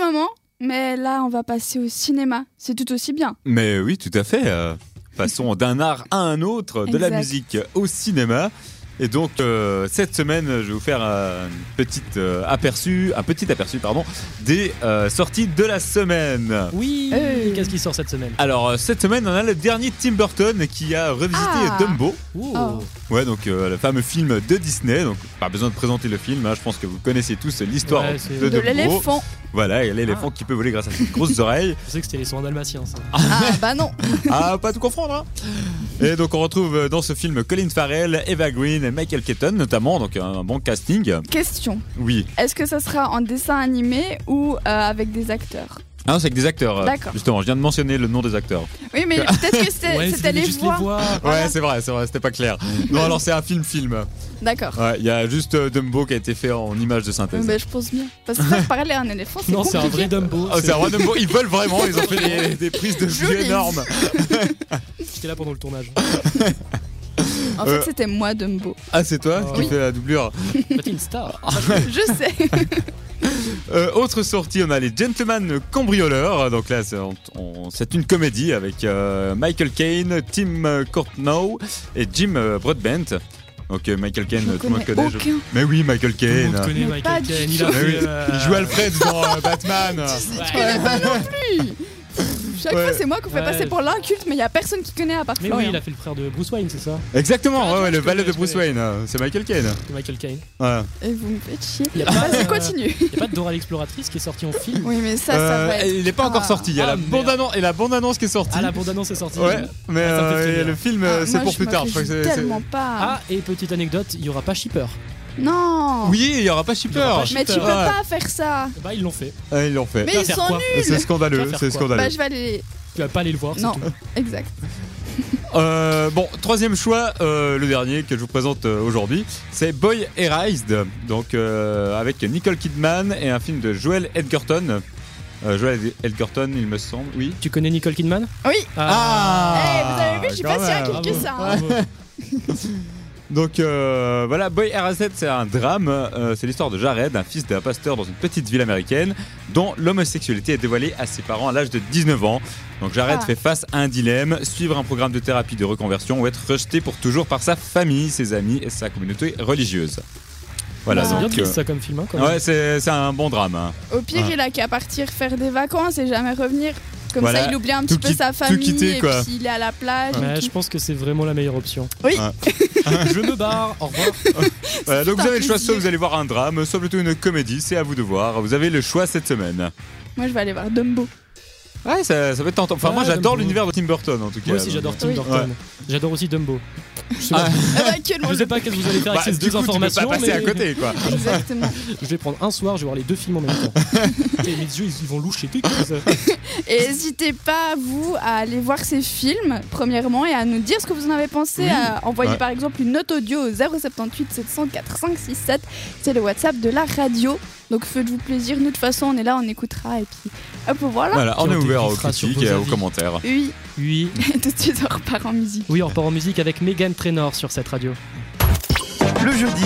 moment, mais là, on va passer au cinéma. C'est tout aussi bien. Mais oui, tout à fait. euh, passons d'un art à un autre, de la Exact. musique au cinéma. Et donc euh, cette semaine, je vais vous faire euh, une petite euh, aperçu, un petit aperçu pardon, des euh, sorties de la semaine. Oui, Hey. qu'est-ce qui sort cette semaine Alors euh, cette semaine, on a le dernier Tim Burton qui a revisité Ah. Dumbo. Oh. Oh. Ouais, donc euh, le fameux film de Disney. Donc pas besoin de présenter le film. hein, je pense que vous connaissez tous l'histoire Ouais, c'est- de, De Dumbo. l'éléphant. Voilà, et l'éléphant qui peut voler grâce à ses grosses oreilles. Je sais que c'était les soins dalmatiens, ça. Ah bah non. Ah, pas tout confondre. hein. Et donc on retrouve euh, dans ce film Colin Farrell, Eva Green et Michael Keaton notamment, donc un bon casting. Question. Oui. Est-ce que ça sera en dessin animé ou euh, avec des acteurs Ah, c'est avec des acteurs. euh, D'accord. Justement, je viens de mentionner le nom des acteurs. Oui, mais peut-être que c'était Ah Ouais, c'était les juste voix. les voix. Ouais, c'est vrai, c'est vrai, c'était pas clair. Non, alors c'est un film-film. D'accord. Ouais, il y a juste euh, Dumbo qui a été fait en image de synthèse. Mais je pense bien. Parce que faire parler à un éléphant, c'est Non, compliqué. c'est un vrai Dumbo. Ah, c'est un vrai Dumbo, ils veulent vraiment, ils ont fait des, des prises de Je vue l'ai énormes. J'étais là pendant le tournage. Ah. En Euh. fait, c'était moi Dumbo. Ah, c'est toi qui Oui. fais la doublure. Bah, T'es une star. Je sais. Euh, autre sortie, on a les Gentlemen Cambrioleurs. Donc là, c'est on- on- c'est une comédie avec euh, Michael Caine, Tim euh, Courtenau et Jim euh, Broadbent. Donc euh, Michael Caine, Je tout le monde connais connaît. je- aucun. Mais oui, Michael Tout le Caine. monde connaît Mais pas Michael du Caine. tout. Il a Mais Eh Ah oui, fait, euh, Il joue Alfred dans euh, Batman. Ouais. Chaque Ouais. fois, c'est moi qu'on fait Ouais. passer pour l'inculte, mais il y a personne qui connaît à part Mais oui, Florian. il a fait le frère de Bruce Wayne, c'est ça Exactement, ouais, Ah, ouais, je le connais, valet de je Bruce connais. Wayne, euh, c'est Michael Caine. De Michael Caine. Voilà. Et vous me faites chier. Il y a pas, Vas-y, euh, continue. Y a pas de Dora l'exploratrice qui est sortie en film Oui, mais ça, ça Euh, va être. il n'est pas encore Ah. sorti, il y a Ah, la merde. bande-annonce et la bande-annonce qui est sortie. Ah, la bande-annonce est sortie. Ouais, mais Ah, ça me fait euh, très et bien. le film, Ah, euh, c'est moi, pour je plus tard. Je crois que m'accroche c'est- c'est- tellement pas. Ah, et petite anecdote, il y aura pas Shipper. Non. Oui, il n'y aura pas Il y Shipper. aura pas Shipper. Mais tu peux Ouais. pas faire ça. Bah, ils l'ont fait. Ah, ils l'ont fait. Mais Tu vas ils faire sont quoi C'est Tu vas scandaleux, faire c'est quoi scandaleux. Bah, je vais aller. Tu vas pas aller le voir, c'est Non. tout. Exact. Euh, bon, troisième choix, euh, le dernier que je vous présente euh, aujourd'hui, c'est Boy Erased, donc euh, avec Nicole Kidman et un film de Joel Edgerton. Euh, Joel Ed- Edgerton, il me semble, oui. Tu connais Nicole Kidman Oui. Ah, Eh, vous avez vu, je suis quand pas si même. inquiète. bravo, que ça, hein. bravo. Donc euh, voilà, Boy Erased, c'est un drame. euh, c'est l'histoire de Jared, un fils d'un pasteur dans une petite ville américaine, dont l'homosexualité est dévoilée à ses parents à l'âge de 19 ans. Donc Jared Ah. fait face à un dilemme suivre un programme de thérapie de reconversion ou être rejeté pour toujours par sa famille, ses amis et sa communauté religieuse. Voilà, Ah. C'est bien donc. euh, triste ça comme film. hein, quand même. ouais, c'est c'est un bon drame. hein. Au pire, Ouais. il a qu'à partir faire des vacances et jamais revenir. Comme Voilà. ça, il oublie un Tout petit peu quitte- sa tout famille. quitter, et quoi. puis il est à la plage. Ah. et Ouais, tout. je pense que c'est vraiment la meilleure option. Oui. je me barre, au revoir. Voilà, donc un vous avez le choix, soit plaisir. vous allez voir un drame, soit plutôt une comédie, c'est à vous de voir. Vous avez le choix cette semaine. Moi, je vais aller voir Dumbo. Ouais, ça, ça va être tentant. Enfin, Ouais, moi j'adore j'aime l'univers de Tim Burton en tout cas. Moi aussi donc. j'adore Tim Oui. Burton. J'adore aussi Dumbo. Je sais, Ah. Ah pas, bah, quel je monde. sais pas qu'est-ce que vous allez faire Bah, avec ces du deux coup, tu peux informations, pas passer mais à côté quoi. Exactement. je vais prendre un soir, je vais voir les deux films en même temps. Et mes yeux ils ils vont loucher tout. ça. Et n'hésitez pas, vous, à aller voir ces films, premièrement, et à nous dire ce que vous en avez pensé. Oui. À envoyer, Ouais. par exemple, une note audio au 078 704 567. C'est le WhatsApp de la radio. Donc, faites-vous plaisir. Nous, de toute façon, on est là, on écoutera. Et puis, hop, voilà. Voilà, on Puis est on ouvert aux débriefera sur critiques vos et aux avis. commentaires. Oui, Oui. tout de suite, on repart en musique. Oui, on repart en musique avec Megan Trainor sur cette radio. Le jeudi,